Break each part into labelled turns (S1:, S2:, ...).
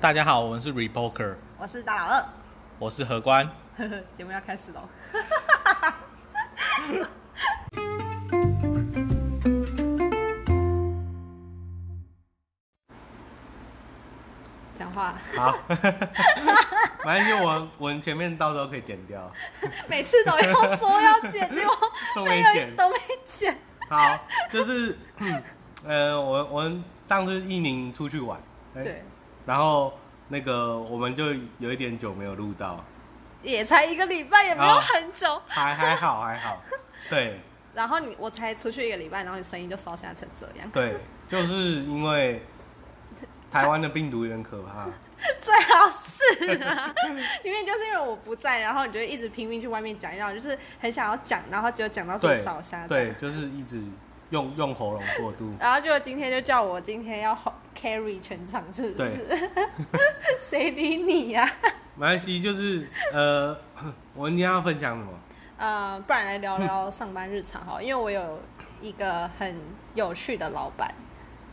S1: 大家好，我们是 Repoker，
S2: 我是大老二
S1: 我是何官。
S2: 呵呵， 节目要开始喽。讲话，
S3: 好，没关系，我我们前面到时候可以剪掉。
S2: 每次都要说要剪，结果
S3: 都
S2: 没
S3: 没
S2: 有
S3: 剪
S2: 都没剪。
S3: 好，就是，嗯呃，我我们上次一宁出去玩，哎
S2: 对，
S3: 然后那个我们就有一点久没有录到，
S2: 也才一个礼拜，也没有
S3: 啊
S2: 很久。
S3: 还还好还好，对
S2: 然后你我才出去一个礼拜，然后你声音就烧下成这样，
S3: 对，就是因为台湾的病毒有点可怕，
S2: 最好是 啊，因为就是因为我不在，然后你就一直拼命去外面讲，然后就是很想要讲，然后就讲到自己
S3: 对
S2: 烧瞎。，
S3: 对，，就是一直用用喉咙过度
S2: 然后就今天就叫我今天要 ho- carry 全场，是不是？ 谁理你呀、
S3: 没关系，就是呃，我们今天要分享什么？
S2: 呃，不然来聊聊上班日常哈，因为我有一个很有趣的老板，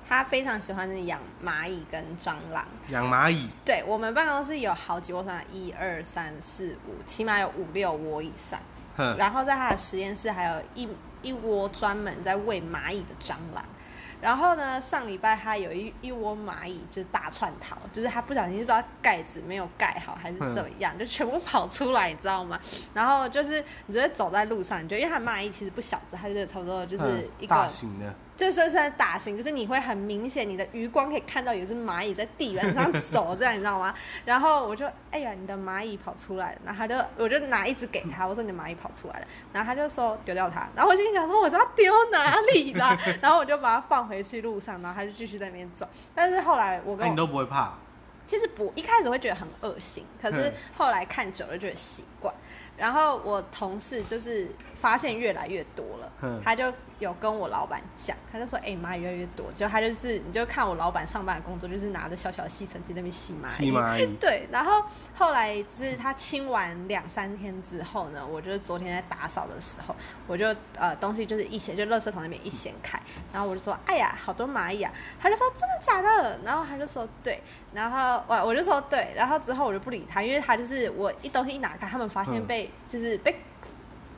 S2: 他非常喜欢养蚂蚁跟蟑螂。
S3: 养蚂蚁，
S2: 对我们办公室有好几窝蟑螂，一二三四五，起码有五六窝以上。
S3: 哼，
S2: 然后在他的实验室还有一一窝专门在喂蚂蚁的蟑螂。然后呢，上礼拜他有一一窝蚂蚁就是大窜逃，就是他不小心不知道盖子没有盖好还是怎么样，就全部跑出来，你知道吗？然后就是你觉得走在路上，你觉得因为它蚂蚁其实不小只，它就是差不多就是
S3: 哼
S2: 一个、
S3: 嗯大型的，啊
S2: 就算算打型，就是你会很明显，你的余光可以看到有一只蚂蚁在地板上走，这样你知道吗？然后我就，哎呀，你的蚂蚁跑出来了，然后他就，我就拿一只给他，我说你的蚂蚁跑出来了，然后他就说丢掉它，然后我心里想说我是要丢哪里啦， 然后我就把它放回去路上，然后他就继续在那边走，但是后来我
S3: 那、
S2: 跟
S3: 你
S2: 我
S3: 都不会怕？
S2: 其实不一开始会觉得很恶心，可是
S3: 嗯
S2: 后来看久了就觉得习惯。然后我同事就是发现越来越多了
S3: 嗯，
S2: 他就有跟我老板讲，他就说：“哎、蚂蚁越来越多。”就他就是你就看我老板上班的工作，就是拿着小小的吸尘器在那边吸哎蚂蚁。，
S3: 吸蚂蚁
S2: 对，然后后来就是他清完两三天之后呢，我就是昨天在打扫的时候，我就呃东西就是一掀，就垃圾桶那边一掀开，然后我就说，哎呀，好多蚂蚁啊！他就说真的假的？然后他就说对，然后我我就说对，然后之后我就不理他，因为他就是我一东西一拿开，他们发现
S3: 嗯
S2: 被、就是被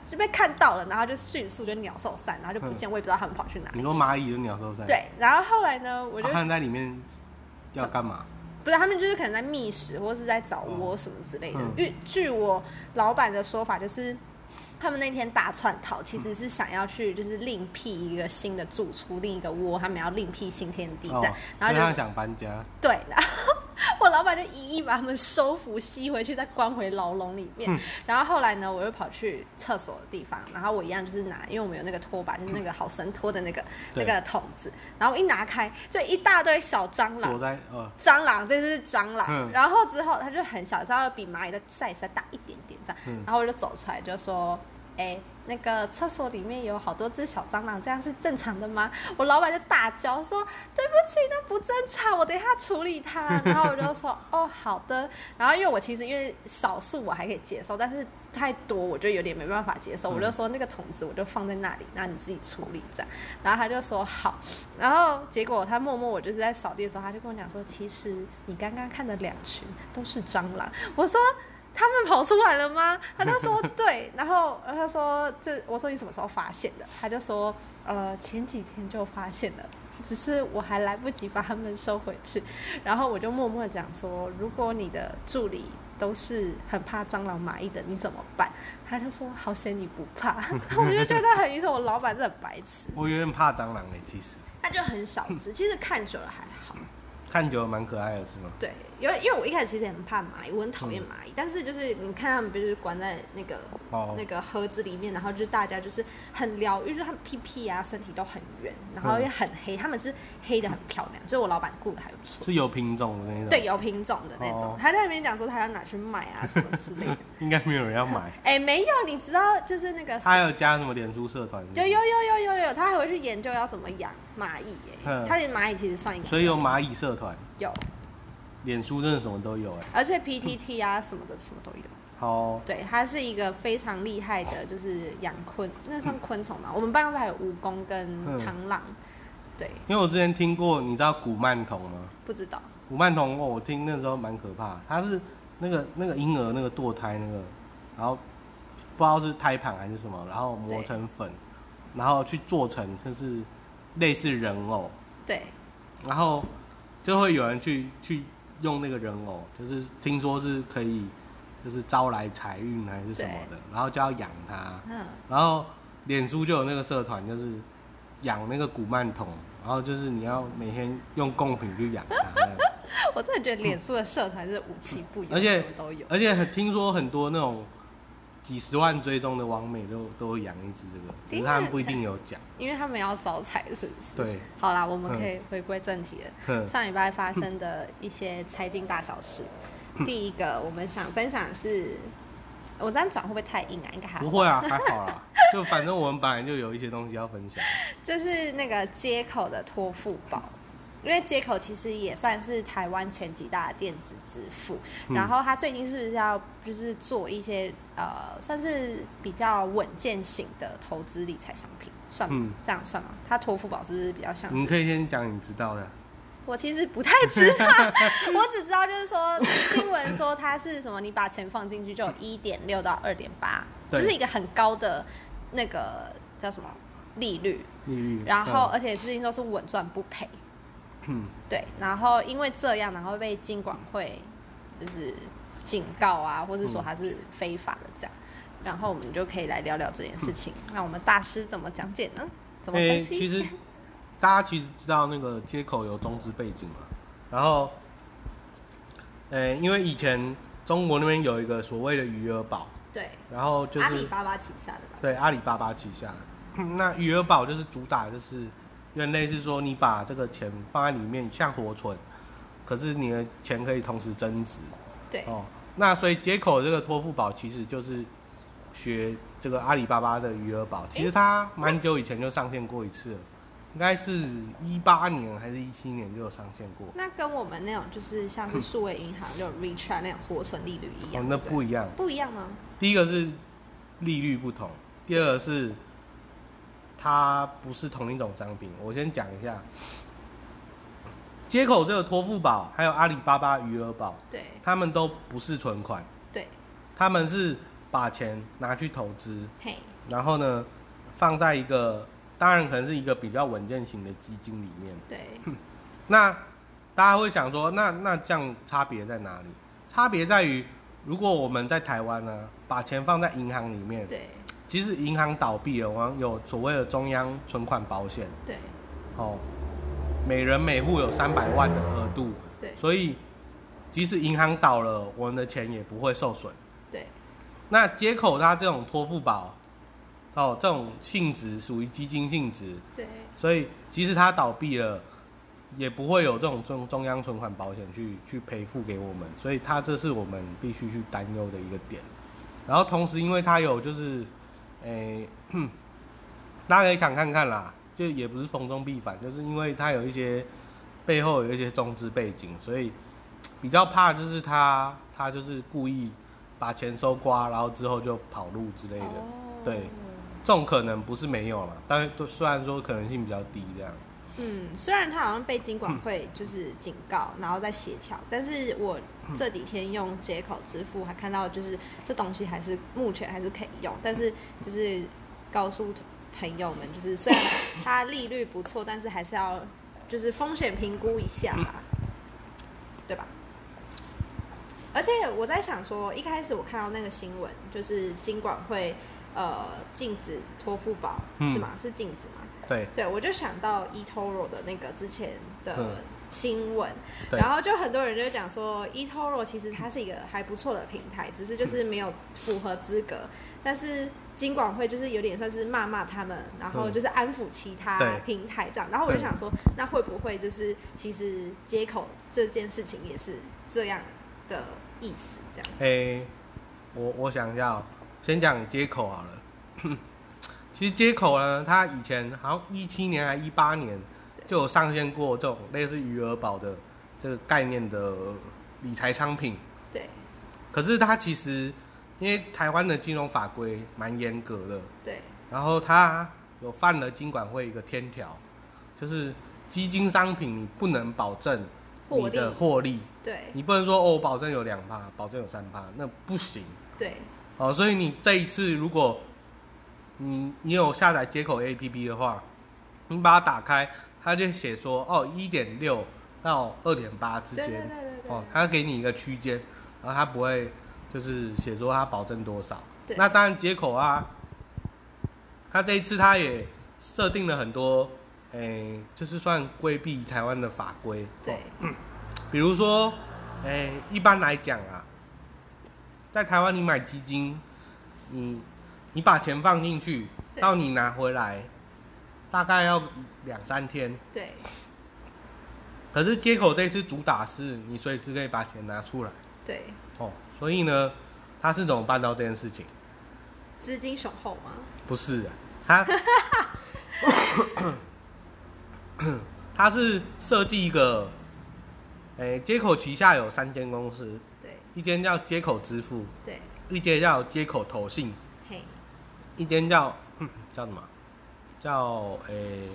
S2: 就被看到了，然后就迅速就鸟兽散，然后就
S3: 嗯
S2: 不见，我也不知道他们跑去哪
S3: 你
S2: 里。
S3: 说蚂蚁的鸟兽散？
S2: 对，然后后来呢，我就
S3: 啊，他们在里面要干嘛？
S2: 不是，他们就是可能在觅食，或是在找窝什么之类的
S3: 嗯。
S2: 据、据我老板的说法，就是他们那天大串逃，其实是想要去就是另辟一个新的住处，另一个窝，他们要另辟新天地这样。
S3: 因为
S2: 然
S3: 哦他
S2: 后就
S3: 想搬家，
S2: 对， 然后我老板就一一把他们收服吸回去，再关回牢笼里面。
S3: 嗯
S2: 然后后来呢，我又跑去厕所的地方，然后我一样就是拿，因为我们有那个拖把，就是那个好神拖的那个、那
S3: 对
S2: 个桶子，然后我一拿开，就一大堆小蟑螂
S3: 躲在呃，
S2: 蟑螂，这只是蟑螂。
S3: 嗯
S2: 然后之后它就很小，它比蚂蚁的 size 再大一点点这样。
S3: 嗯
S2: 然后我就走出来就说：“哎、那个厕所里面有好多只小蟑螂，这样是正常的吗？” 我老板就大叫说：“对不起，那不正常，我等一下处理它。”然后我就说：“哦，好的。”然后因为我其实因为少数我还可以接受，但是太多我就有点没办法接受，我就说那个桶子我就放在那里，那你自己处理这样。然后他就说好，然后结果他默默我就是在扫地的时候，他就跟我讲说，其实你刚刚看的两群都是蟑螂。我说。他们跑出来了吗？ 他就说对，然后他说这，我说你什么时候发现的？他就说呃前几天就发现了，只是我还来不及把他们收回去。然后我就默默地讲说，如果你的助理都是很怕蟑螂、蚂蚁的，你怎么办？他就说好险你不怕， 我就觉得很愚蠢，我老板是很白痴。
S3: 我有点怕蟑螂哎、其实
S2: 它就很少 只，其实看久了还好。
S3: 看久了蛮可爱的，是吗？
S2: 对，因为因为我一开始其实也很怕蚂蚁，我很讨厌蚂蚁，但是就是你看他们不是关在那个、
S3: 哦
S2: 那个盒子里面，然后就是大家就是很疗愈，就是他们屁屁啊身体都很圆，然后
S3: 嗯
S2: 又很黑，他们是黑的很漂亮，所以我老板雇的还不错。
S3: 是有品种的那种，
S2: 对，，有品种的那种
S3: 哦，
S2: 他在那边讲说他要拿去卖啊什么之类 的。
S3: 应该没有人要 买。
S2: 哎、没有，你知道就是那个
S3: 他还有加什么脸书社团？
S2: 就有有有有有，他还会去研究要怎么养蚂蚁、哎，
S3: 嗯
S2: 他的蚂蚁其实算一个，
S3: 所以有蚂蚁社团，
S2: 有，
S3: 脸书真的什么都有哎、
S2: 而且 PTT 啊什么的什么都有。
S3: 好哦、
S2: 对，它是一个非常厉害的，就是养昆，那算昆虫嘛？我们办公室还有蜈蚣跟
S3: 嗯
S2: 螳螂，对，
S3: 因为我之前听过，你知道古曼童吗？
S2: 不知道，
S3: 吴曼童，哦我听那时候蛮可怕的，他是那个那个婴儿那个堕胎那个，然后不知道是胎盘还是什么，然后磨
S2: 对
S3: 成粉，然后去做成就是类似人偶，
S2: 对，
S3: 然后就会有人去去用那个人偶，就是听说是可以就是招来财运还是什么的，然后就要养它，
S2: 嗯，
S3: 然后脸书就有那个社团，就是养那个古曼童，然后就是你要每天用贡品去养它这样，
S2: 我真的觉得脸书的社团是无奇不有，
S3: 而且
S2: 什么都有。
S3: 而且很听说很多那种几十万追踪的网美都都会养一只这个，只是他们不一定有 讲，
S2: 因为他们要招财，是不是？
S3: 对。
S2: 好啦，我们可以回归正题了。
S3: 哼
S2: 上礼拜发生的一些财经大小事，
S3: 嗯
S2: 第一个我们想分享的是，我这样转会不会太硬啊？应该还好
S3: 不会啊，还 好啦，就反正我们本来就有一些东西要分享，
S2: 就是那个街口的托付宝，因为街口其实也算是台湾前几大的电子支付，
S3: 嗯
S2: 然后它最近是不是要就是做一些呃，算是比较稳健型的投资理财商品，算吗？
S3: 嗯
S2: 这样算吗？它托付宝是不是比较像是？
S3: 你可以先讲你知道的。
S2: 我其实不太知 道，我只知道就是说新闻说它是什么，你把钱放进去就有一点六到二点八，就
S3: 嗯对
S2: 是一个很高的那个叫什么利率，
S3: 利率，
S2: 然后
S3: 嗯
S2: 而且是听说是稳赚不赔，
S3: 嗯
S2: 对，然后因为这样，然后被金管会就是警告啊，或是
S3: 嗯
S2: 说它是非法的这样，然后我们就可以来聊聊这件事情。那我们大师怎么讲解呢？怎么
S3: 嗯诶
S2: 分析？
S3: 其实大家其实知道那个接口有中资背景嘛，然后，呃、因为以前中国那边有一个所谓的余额宝，
S2: 对，
S3: 然后就
S2: 阿里
S3: 是
S2: 巴巴旗下的吧，
S3: 对阿里巴巴旗下的，那余额宝就是主打就是，有点类似说你把这个钱放在里面像活存，可是你的钱可以同时增值
S2: 对，
S3: 哦。那所以接口这个托付宝其实就是学这个阿里巴巴的余额宝，其实它蛮久以前就上线过一次了，应该是一八年还是一七年就有上线过。
S2: 那跟我们那种就是像是数位银 行就 recharge 那种活存利率一样，
S3: 哦，那
S2: 对
S3: 不
S2: 对
S3: 一样。
S2: 不一样吗？
S3: 第一个是利率不同，第二个是它不是同一种商品。我先讲一下，接口这个托付宝还有阿里巴巴余额宝，
S2: 对
S3: 他们都不是存款，
S2: 对，
S3: 他们是把钱拿去投资，
S2: 嘿，
S3: 然后呢，放在一个当然可能是一个比较稳健型的基金里面。
S2: 对，
S3: 那大家会想说，那那这样差别在哪里？差别在于，如果我们在台湾呢、把钱放在银行里面，
S2: 对
S3: 即使银行倒闭了，我们有所谓的中央存款保险，
S2: 对
S3: 哦，每人每户有三百万的额度，
S2: 对
S3: 所以即使银行倒了，我们的钱也不会受损。
S2: 对，
S3: 那接口它这种托付宝，哦，这种性质属于基金性质，
S2: 对，
S3: 所以即使它倒闭了，也不会有这种中中央存款保险去去赔付给我们，所以它这是我们必须去担忧的一个点。然后同时，因为它有就是，诶、 大家可以想看看啦，就也不是逢中必反，就是因为它有一些背后有一些中资背景，所以比较怕就是它它就是故意把钱收刮，然后之后就跑路之类的。
S2: 哦
S3: 对这种可能不是没有嘛，但是都虽然说可能性比较低这样。
S2: 嗯，虽然他好像被金管会就是警告，然后再协调，但是我这几天用接口支付还看到，就是这东西还是目前还是可以用，但是就是告诉朋友们，就是虽然它利率不错，但是还是要就是风险评估一下吧，对吧？而且我在想说，一开始我看到那个新闻，就是金管会呃禁止托付宝、
S3: 嗯
S2: 是吗？是禁止吗？
S3: 对
S2: 对，我就想到 eToro 的那个之前的
S3: 嗯
S2: 新闻，
S3: 对
S2: 然后就很多人就讲说，eToro 其实它是一个还不错的平台，只是就是没有符合资格，但是。金管会就是有点算是骂骂他们，然后
S3: 嗯
S2: 就是安抚其他
S3: 对
S2: 平台这样，然后我就
S3: 对
S2: 想说，那会不会就是其实接口这件事情也是这样的意思？这样
S3: 诶、哎我我想一下、哦，先讲接口好了。 其实接口呢，它以前好像一七年还一八年
S2: 对
S3: 就有上线过这种类似余额宝的这个概念的理财商品，
S2: 对
S3: 可是它其实因为台湾的金融法规蛮严格的，
S2: 对
S3: 然后它有犯了金管会一个天条，就是基金商品你不能保证
S2: 获
S3: 你
S2: 利，
S3: 的获利，
S2: 对
S3: 你不能说哦，我保证有两趴，保证有三趴，那不行。
S2: 对
S3: 哦，所以你这一次如果你你有下载接口 APP 的话，你把它打开，它就写说哦一点六到二点八之
S2: 对对对
S3: 间，
S2: 对对，
S3: 哦，它给你一个区间，然后它不会就是写说它保证多少
S2: 对。
S3: 那当然接口啊，它这一次它也设定了很多，诶、就是算规避台湾的法规。
S2: 对
S3: 比如说，哎、一般来讲啊，在台湾你买基金，你你把钱放进去，
S2: 对
S3: 到你拿回来，大概要两三天。
S2: 对
S3: 可是接口这次主打是你随时可以把钱拿出来
S2: 对，
S3: 哦，所以呢，他是怎么办到这件事情？
S2: 资金雄厚吗？
S3: 不是、啊，他他是设计一个，哎、接口旗下有三间公司，
S2: 对
S3: 一间叫接口支付，
S2: 对，
S3: 一间叫接口投信，
S2: 嘿，
S3: 一间叫、嗯叫什么？叫诶、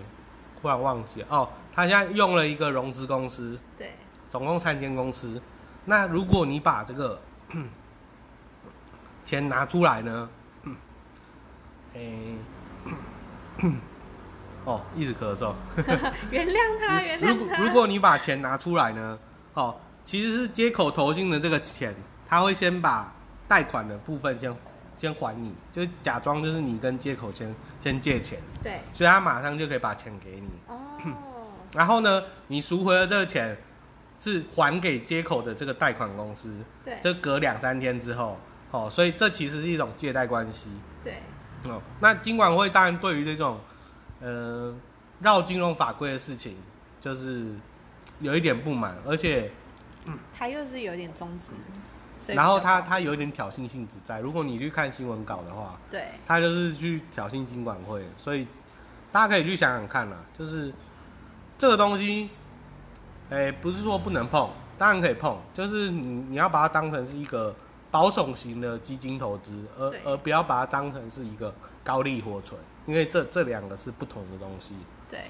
S3: 忽然忘记了哦。他现在用了一个融资公司，
S2: 对
S3: 总共三间公司。那如果你把这个嗯钱拿出来呢？嗯诶、嗯哦，一直咳嗽。
S2: 原谅他，原
S3: 如果
S2: 谅他。
S3: 如果你把钱拿出来呢，哦，其实是接口投进的这个钱，他会先把贷款的部分先先还你，就假装就是你跟接口先先借钱，
S2: 对
S3: 所以他马上就可以把钱给你。
S2: 哦，
S3: 然后呢，你赎回了这个钱，是还给接口的这个贷款公司，
S2: 对
S3: 这隔两三天之后，哦，所以这其实是一种借贷关系。
S2: 对
S3: 哦，那金管会当然对于这种，呃，绕金融法规的事情，就是有一点不满，而且，
S2: 他又是有点中指，所以
S3: 然后
S2: 比较
S3: 他他有一点挑衅性质在。如果你去看新闻稿的话，
S2: 对
S3: 他就是去挑衅金管会，所以大家可以去想想看啦，就是这个东西，哎、不是说不能碰，当然可以碰，就是你你要把它当成是一个保守型的基金投资，而
S2: 对
S3: 而不要把它当成是一个高利活存，因为这这两个是不同的东西。
S2: 对，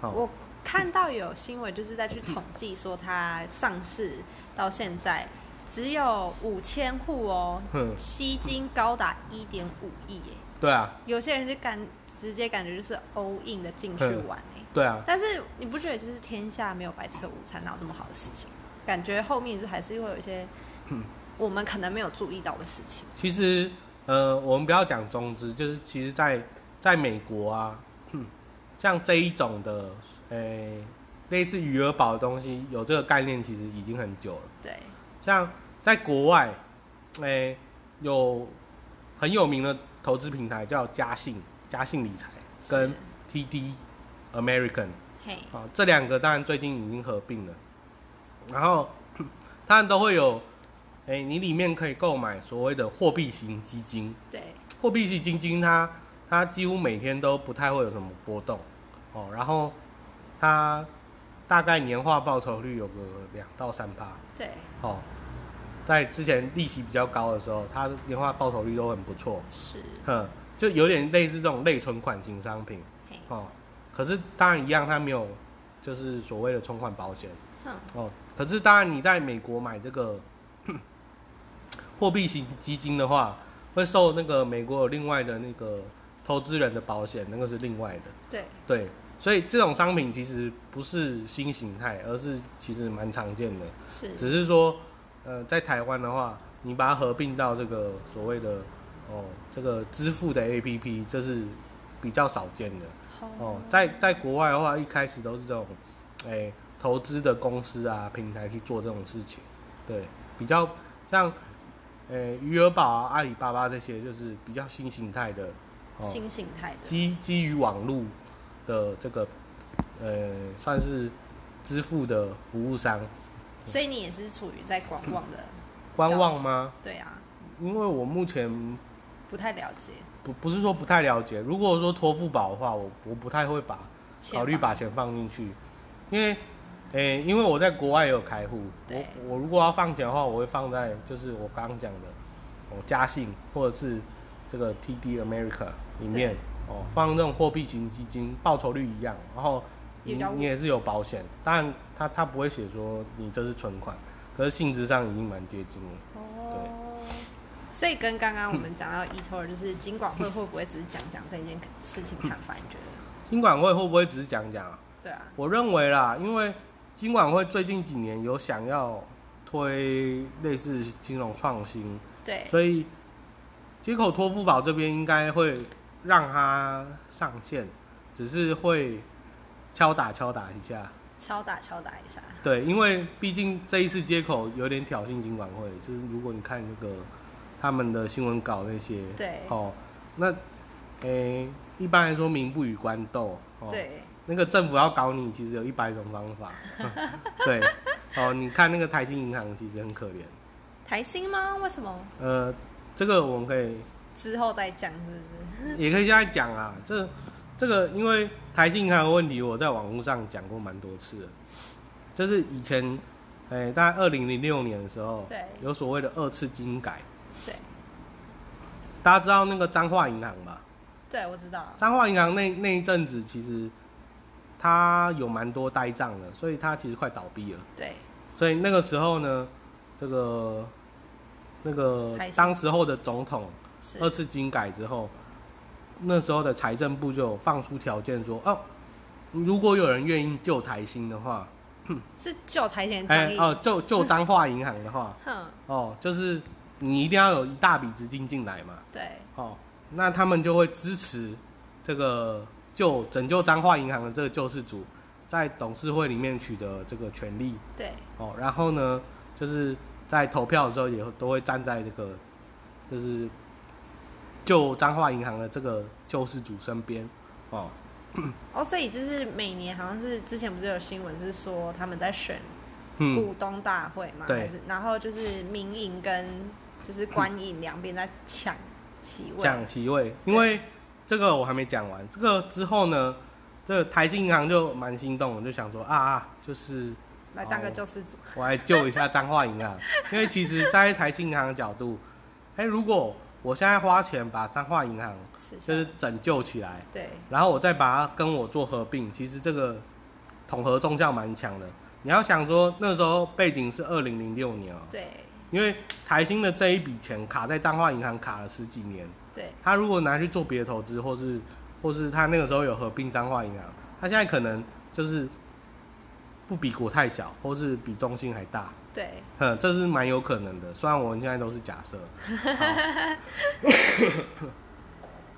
S3: 好、
S2: 我看到有新闻就是在去统计说它上市到现在只有五千户哦，
S3: 哼，
S2: 吸金高达一点五亿耶，
S3: 对啊，
S2: 有些人就感直接感觉就是 all in 的进去玩哎。
S3: 对啊，
S2: 但是你不觉得就是天下没有白吃的午餐，哪有这么好的事情？感觉后面就还是会有一些我们可能没有注意到的事情。
S3: 其实呃，我们不要讲中资，就是其实在在美国啊，哼像这一种的，呃、类似余额宝的东西，有这个概念其实已经很久了。
S2: 对
S3: 像在国外，哎、有很有名的投资平台叫嘉信、嘉信理财跟
S2: 是
S3: TD American
S2: 嘿，
S3: 啊，这两个当然最近已经合并了，然后 他们都会有，哎、你里面可以购买所谓的货币型基金，
S2: 对
S3: 货币型基金它它几乎每天都不太会有什么波动哦，然后它大概年化报酬率有个两到三趴
S2: 对
S3: 哦，在之前利息比较高的时候，它的年化报酬率都很不错，
S2: 是，
S3: 哼，就有点类似这种类存款型商品。
S2: 嘿，
S3: 哦，可是当然一样，它没有就是所谓的存款保险
S2: 嗯，
S3: 哦。可是当然你在美国买这个 货币型基金的话，会受那个美国有另外的那个投资人的保险，那个是另外的。
S2: 对
S3: 对，所以这种商品其实不是新形态，而是其实蛮常见的，
S2: 是，
S3: 只是说呃在台湾的话，你把它合并到这个所谓的哦这个支付的 APP，这是比较少见的。哦，在在国外的话，一开始都是这种，哎、投资的公司啊、平台去做这种事情，对，比较像，呃、余额宝啊、阿里巴巴这些，就是比较新形态的，哦，
S2: 新形态的，
S3: 基基于网络的这个，呃，算是支付的服务商，
S2: 所以你也是处于在观望的，
S3: 观望吗？
S2: 对啊，
S3: 因为我目前
S2: 不太了解。
S3: 不不是说不太了解，如果说托付宝的话，我我不太会把
S2: 钱
S3: 考虑
S2: 吧，
S3: 把钱放进去，因为，诶、因为我在国外也有开户，
S2: 对
S3: 我我如果要放钱的话，我会放在就是我刚刚讲的，哦，嘉信或者是这个 TD America 里
S2: 对，
S3: 面哦，放这种货币型基金，报酬率一样，然后
S2: 也
S3: 你
S2: 比较稳
S3: 你也是有保险，当然它他他不会写说你这是存款，可是性质上已经蛮接近了。
S2: 哦，所以跟刚刚我们讲到 eToro，就是金管会会不会只是讲讲这一件事情看法？你觉得？
S3: 金管会会不会只是讲讲啊？
S2: 对啊，
S3: 我认为啦，因为金管会最近几年有想要推类似金融创新，
S2: 对，
S3: 所以接口托付宝这边应该会让它上线，只是会敲打敲打一下。
S2: 敲打敲打一下，
S3: 对，因为毕竟这一次接口有点挑衅金管会，就是如果你看那个他们的新闻稿那些，
S2: 对
S3: 哦，那诶、一般来说民不与官斗，哦，
S2: 对，
S3: 那个政府要搞你，其实有一百种方法， 对，哦，你看那个台新银行其实很可怜，
S2: 台新吗？为什么
S3: 呃，这个我们可以
S2: 之后再讲？是不是？
S3: 也可以现在讲啊，这这个因为台信银行的问题，我在网络上讲过蛮多次的，就是以前，哎、大概二零零六年的时候，
S2: 对
S3: 有所谓的二次金改，
S2: 对，
S3: 大家知道那个彰化银行吧？
S2: 对，我知道，
S3: 彰化银行那那一阵子其实它有蛮多呆账的，所以它其实快倒闭了。
S2: 对，
S3: 所以那个时候呢，这个那个
S2: 台信
S3: 当时候的总统
S2: 是，
S3: 二次金改之后，那时候的财政部就有放出条件说，哦，如果有人愿意救台新的话，
S2: 是旧台前
S3: 哎、
S2: 抗议，
S3: 哦，救救彰化银行的话，
S2: 哼，
S3: 哦，就是你一定要有一大笔资金进来嘛，
S2: 对，
S3: 哦，那他们就会支持这个救拯救彰化银行的这个救世主，在董事会里面取得这个权利，
S2: 对，
S3: 哦，然后呢，就是在投票的时候也都会站在这个，就是救彰化银行的这个救世主身边哦。
S2: 哦，所以就是每年好像是之前不是有新闻是说他们在选
S3: 嗯，
S2: 股东大会嘛，
S3: 对
S2: 还是，然后就是民营跟就是官营两边在抢席位，
S3: 讲席位，因为这个我还没讲完。这个之后呢，这个台新银行就蛮心动的，就想说啊啊，就是
S2: 来当个救世主，
S3: 我来救一下彰化银行，因为其实，在台新银行的角度，哎，如果我现在花钱把彰化银行
S2: 是
S3: 就是是拯救起来，
S2: 对
S3: 然后我再把它跟我做合并，其实这个统合纵向蛮强的。你要想说那时候背景是二零零六年哦，
S2: 对
S3: 因为台新的这一笔钱卡在彰化银行卡了十几年，
S2: 对
S3: 他如果拿去做别的投资，或是或是他那个时候有合并彰化银行，他现在可能就是不比国泰小，或是比中信还大，
S2: 对，
S3: 哼，这是蛮有可能的。虽然我们现在都是假设。好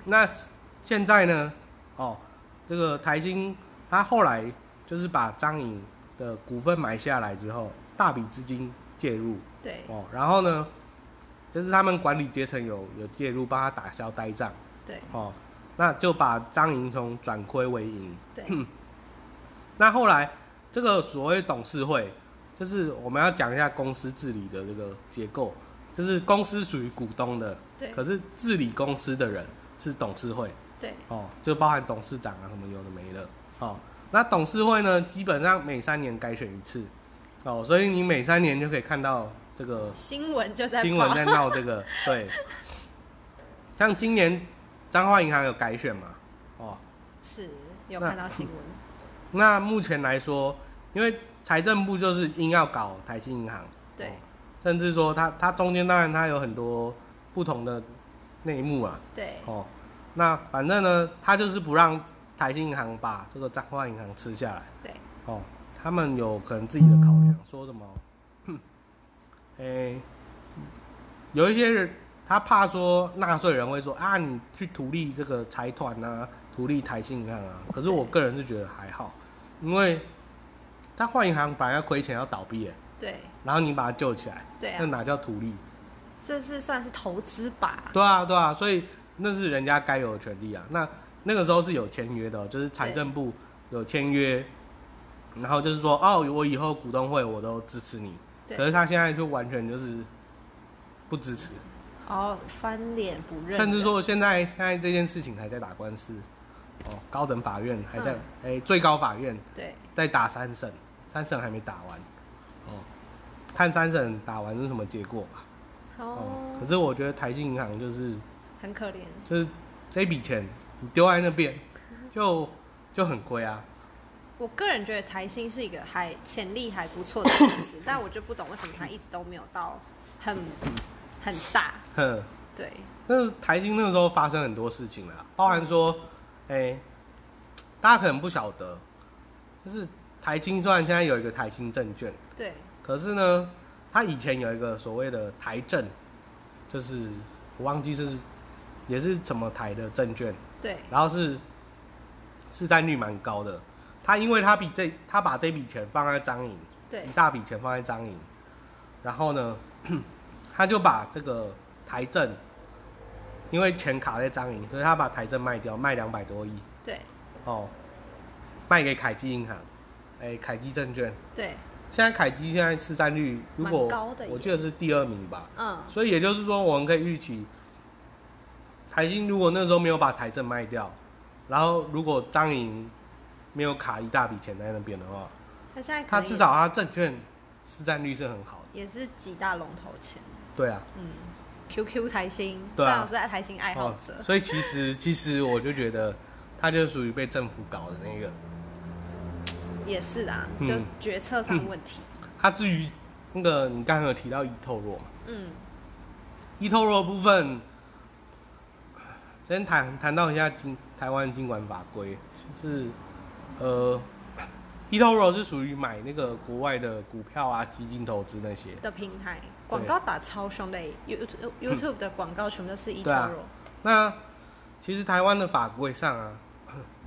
S3: 那现在呢？哦，这个台新他后来就是把张颖的股份买下来之后，大笔资金介入
S2: 对
S3: 哦，然后呢，就是他们管理阶层有有介入帮他打消呆账
S2: 对
S3: 哦，那就把张颖从转亏为盈。
S2: 对
S3: 那后来这个所谓董事会，就是我们要讲一下公司治理的这个结构，就是公司属于股东的，
S2: 对
S3: 可是治理公司的人是董事会
S2: 对
S3: 哦，就包含董事长啊什么有的没的哦。那董事会呢，基本上每三年改选一次哦，所以你每三年就可以看到这个
S2: 新闻就在
S3: 新闻
S2: 报
S3: 在闹这个，对。像今年彰化银行有改选嘛，哦，
S2: 是有
S3: 那
S2: 看到新闻，
S3: 那目前来说，因为财政部就是硬要搞台新银行，
S2: 对
S3: 哦甚至说它它中间当然它有很多不同的内幕啊，
S2: 对
S3: 哦，那反正呢，它就是不让台新银行把这个彰化银行吃下来，
S2: 对
S3: 哦，他们有可能自己的考
S2: 嗯
S3: 量，说什么，哼诶、有一些人他怕说纳税人会说啊，你去图利这个财团啊，图利台信银行啊，可是我个人是觉得还好，因为他换银行本来要亏钱要倒闭耶，
S2: 对
S3: 然后你把它救起来，
S2: 对啊
S3: 那哪叫图利？
S2: 这是算是投资吧，
S3: 对啊，对啊，所以那是人家该有的权利啊。那那个时候是有签约的哦，就是财政部有签约，然后就是说，哦，我以后股东会我都支持你。
S2: 对
S3: 可是他现在就完全就是不支持，
S2: 哦翻脸不嗯认人，
S3: 甚至说现在现在这件事情还在打官司，哦，高等法院还在，
S2: 嗯
S3: 哎、最高法院
S2: 对
S3: 在打三审，三审还没打完，哦，看三审打完是什么结果吧。哦，可
S2: 哦
S3: 是我觉得台信银行就是。
S2: 很可怜，
S3: 就是这笔钱你丢在那边，就就很亏啊。
S2: 我个人觉得台新是一个还潜力还不错的公 司，但我就不懂为什么它一直都没有到很很大。
S3: 哼，
S2: 对，
S3: 那台新那个时候发生很多事情啦，包含说，哎、大家可能不晓得，就是台新虽然现在有一个台新证券，
S2: 对，
S3: 可是呢，它以前有一个所谓的台证，就是我忘记是也是什么台的证券，
S2: 对，
S3: 然后是市占率蛮高的。他因为他比这他把这笔钱放在张颖，
S2: 对
S3: 一，大笔钱放在张颖，然后呢， 他就把这个台政，因为钱卡在张颖，所以他把台政卖掉，卖两百多亿
S2: 对，
S3: 哦，卖给凯基银行，哎，凯基证券。
S2: 对，
S3: 现在凯基现在市占率如果
S2: 蛮高的耶
S3: 我记得是第二名吧，
S2: 嗯，
S3: 所以也就是说，我们可以预期，台新如果那时候没有把台政卖掉，然后如果张颖没有卡一大笔钱在那边的话，
S2: 它现在可
S3: 他
S2: 能
S3: 至少他证券市占率是很好的。
S2: 也是几大龙头前，
S3: 对啊，
S2: 嗯，QQ 台新，
S3: 对啊
S2: 张老师在台新爱好
S3: 哦
S2: 者，，
S3: 所以其实其实我就觉得，他就属于被政府搞的那个。
S2: 也是啊，
S3: 嗯
S2: 就决策上问题，
S3: 他至于那个你刚才有提到伊透若嘛，
S2: 嗯，
S3: 伊透若的部分，先谈谈到一下金台湾金管法规，就是呃， 伊透若是属于买那个国外的股票啊、基金投资那些。
S2: 的平台广告打超凶的，You YouTube 的广告全部都是一
S3: 嗯对啊
S2: 条肉，
S3: 那其实台湾的法规上啊，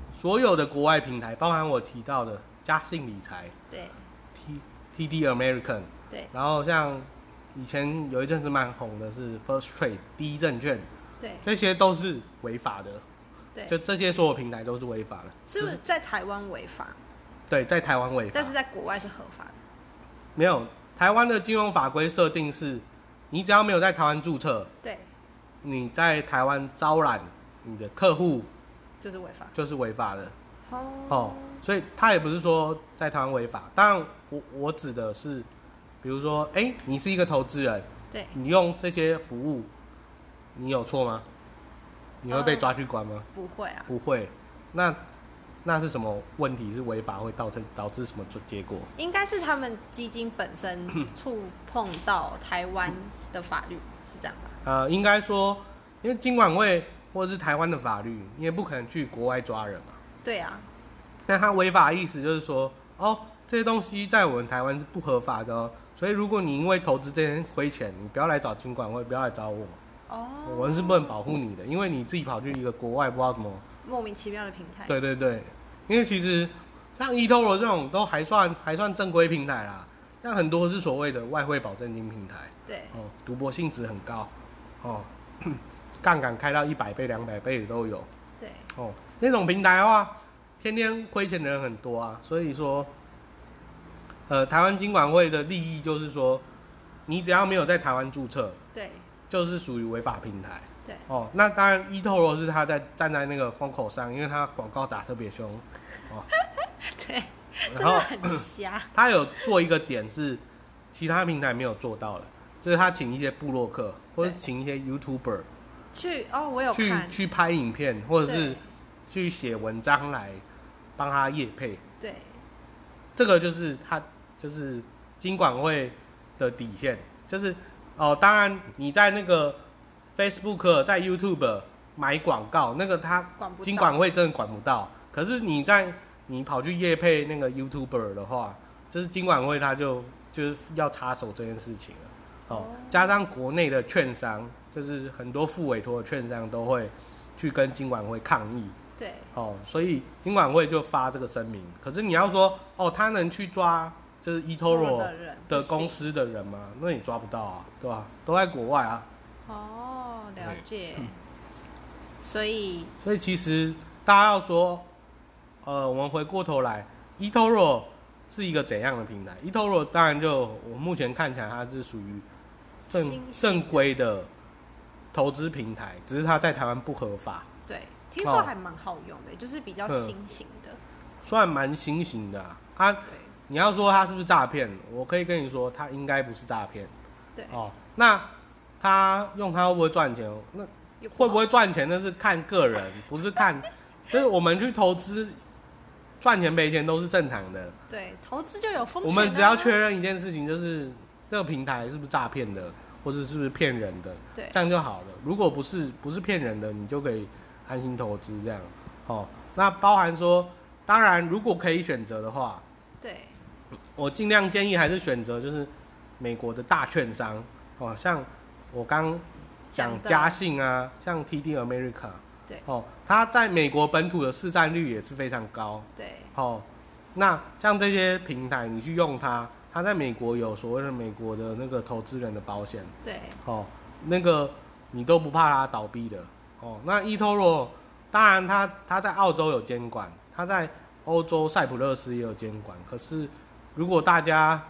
S3: 所有的国外平台，包含我提到的嘉信理财、
S2: 对
S3: T T D American，
S2: 对
S3: 然后像以前有一阵子蛮红的是 First Trade 第一证券，
S2: 对
S3: 这些都是违法的，
S2: 对，
S3: 就这些所有平台都是违法的，
S2: 是不
S3: 就是
S2: 在台湾违法，
S3: 对，在台湾违法
S2: 但，是在国外是合法的？
S3: 没有台湾的金融法规设定是，你只要没有在台湾注册，
S2: 对，
S3: 你在台湾招揽你的客户
S2: 就是违法。
S3: 就是违法的。哦
S2: 哦，，
S3: 所以他也不是说在台湾违法，当然我我指的是，比如说，哎、你是一个投资人，
S2: 对，
S3: 你用这些服务，你有错吗？你会被抓去关吗？
S2: 不会啊，
S3: 不会，那那是什么问题？是违法会造成导致什么结果？
S2: 应该是他们基金本身触碰到台湾的法律，是这样吧？
S3: 呃，应该说，因为金管会或者是台湾的法律，你也不可能去国外抓人嘛。
S2: 对啊，
S3: 那它违法的意思就是说，哦，这些东西在我们台湾是不合法的哦。所以如果你因为投资这些亏钱，你不要来找金管会，不要来找我，
S2: 哦，
S3: 我们是不能保护你的，因为你自己跑去一个国外不知道怎么。
S2: 莫名其妙的平台，
S3: 对对对，因为其实像 E eToro 这种都还算还算正规平台啦，像很多是所谓的外汇保证金平台，
S2: 对
S3: 哦，赌博性质很高，哦， 杠杆开到一百倍、两百倍的都有。
S2: 对
S3: 哦，那种平台的话，天天亏钱的人很多啊，所以说，呃，台湾金管会的利益就是说，你只要没有在台湾注册，
S2: 对
S3: 就是属于违法平台。
S2: 对
S3: 哦，那当然，一透罗是他在站在那个风口上，因为他广告打特别凶，哦，
S2: 对，真
S3: 然后
S2: 的很瞎。
S3: 他有做一个点是其他平台没有做到的，就是他请一些部落客或者
S2: 对
S3: 请一些 YouTuber
S2: 去哦，我有
S3: 去
S2: 看，
S3: 去拍影片，或者是
S2: 对
S3: 去写文章来帮他业配。
S2: 对
S3: 这个就是他就是金管会的底线，就是哦，当然你在那个 Facebook 在 YouTube 买广告，那个他
S2: 管不到
S3: 金管会真的管不到。可是你在你跑去夜配那个 YouTuber 的话，就是金管会他就就是要插手这件事情了。哦
S2: 哦，
S3: 加上国内的券商，就是很多副委托的券商都会去跟金管会抗议，
S2: 对
S3: 哦，所以金管会就发这个声明。可是你要说，哦，他能去抓就是 eToro
S2: 的人
S3: 的
S2: 不
S3: 公
S2: 行
S3: 司的人吗？那也抓不到啊，对吧、都在国外啊，
S2: 哦，了解。所以
S3: 所以其实大家要说，呃，我们回过头来，eToro 是一个怎样的平台？eToro 当然就我目前看起来它是属于正
S2: 新兴
S3: 正规的投资平台，只是它在台湾不合法，
S2: 对，听说
S3: 哦
S2: 还蛮好用的，就是比较
S3: 嗯
S2: 新型的。
S3: 算蛮新型的、啊。它
S2: 对
S3: 你要说它是不是诈骗，我可以跟你说，它应该不是诈骗
S2: 对，
S3: 哦。那他用它会不会赚钱？那
S2: 有
S3: 会不会赚钱那是看个人，不是看，就是我们去投资赚钱赔钱都是正常的。
S2: 对，投资就有风险、
S3: 我
S2: 啊。
S3: 们只要确认一件事情，就是这个平台是不是诈骗的，或者是不是骗人的，
S2: 对
S3: 这样就好了。如果不是不是骗人的，你就可以安心投资这样。哦，那包含说，当然如果可以选择的话，
S2: 对
S3: 我尽量建议还是选择就是美国的大券商，哦，像我刚讲
S2: 讲的
S3: 嘉信啊，像 TD America，
S2: 对
S3: 哦，它在美国本土的市占率也是非常高。
S2: 对
S3: 哦，那像这些平台，你去用它，它在美国有所谓的美国的那个投资人的保险，
S2: 对
S3: 哦，那个你都不怕它倒闭的，哦，那 eToro 当然它它在澳洲有监管，它在欧洲塞浦路斯也有监管，可是如果大家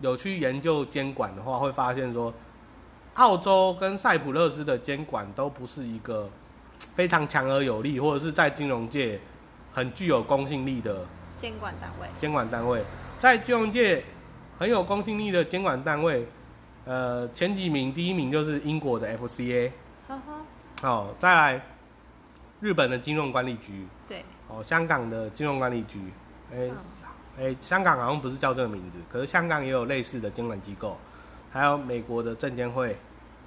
S3: 有去研究监管的话，会发现说，澳洲跟塞浦路斯的监管都不是一个非常强而有力，或者是在金融界很具有公信力的
S2: 监管单位，
S3: 监管单位，在金融界很有公信力的监管单位，呃，前几名，第一名就是英国的 FCA，
S2: 呵呵，
S3: 哦，再来日本的金融管理局，
S2: 对
S3: 哦，香港的金融管理局，哎、
S2: 嗯
S3: 哎、香港好像不是叫这个名字，可是香港也有类似的监管机构，还有美国的证监会，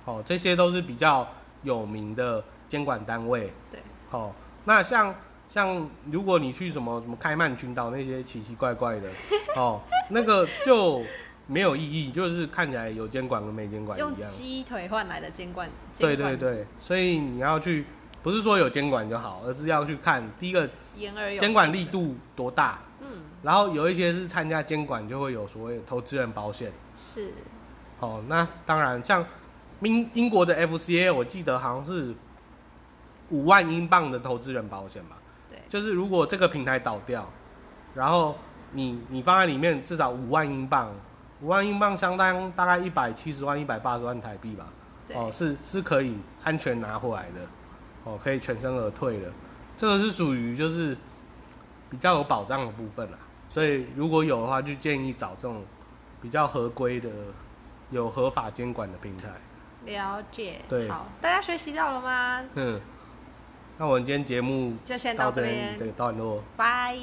S3: 哦，这些都是比较有名的监管单位，
S2: 对
S3: 哦，那像像如果你去什么什么开曼群岛那些奇奇怪 怪的，哦，那个就没有意义，就是看起来有监管跟没监管
S2: 用
S3: 一样。
S2: 鸡腿换来的监管，监
S3: 对对
S2: 管
S3: 对，所以你要去，不是说有监管就好，而是要去看第一个
S2: 言而有信
S3: 监管力，度多大，
S2: 嗯，
S3: 然后有一些是参加监管就会有所谓的投资人保险。
S2: 是
S3: 哦，那当然，像英英国的 FCA，我记得好像是五万英镑的投资人保险吧。
S2: 对
S3: 就是如果这个平台倒掉，然后你你放在里面至少五万英镑，五万英镑相当大概一百七十万、一百八十万台币吧。
S2: 对、
S3: 哦，是是可以安全拿回来的，哦，可以全身而退的。这个是属于就是比较有保障的部分啦。所以如果有的话，就建议找这种比较合规的、有合法监管的平台。
S2: 了解。
S3: 对
S2: 好，大家学习到了吗？
S3: 嗯，那我们今天节目
S2: 就先
S3: 到
S2: 到
S3: 这
S2: 这
S3: 边
S2: 边
S3: 这个段落。
S2: 拜。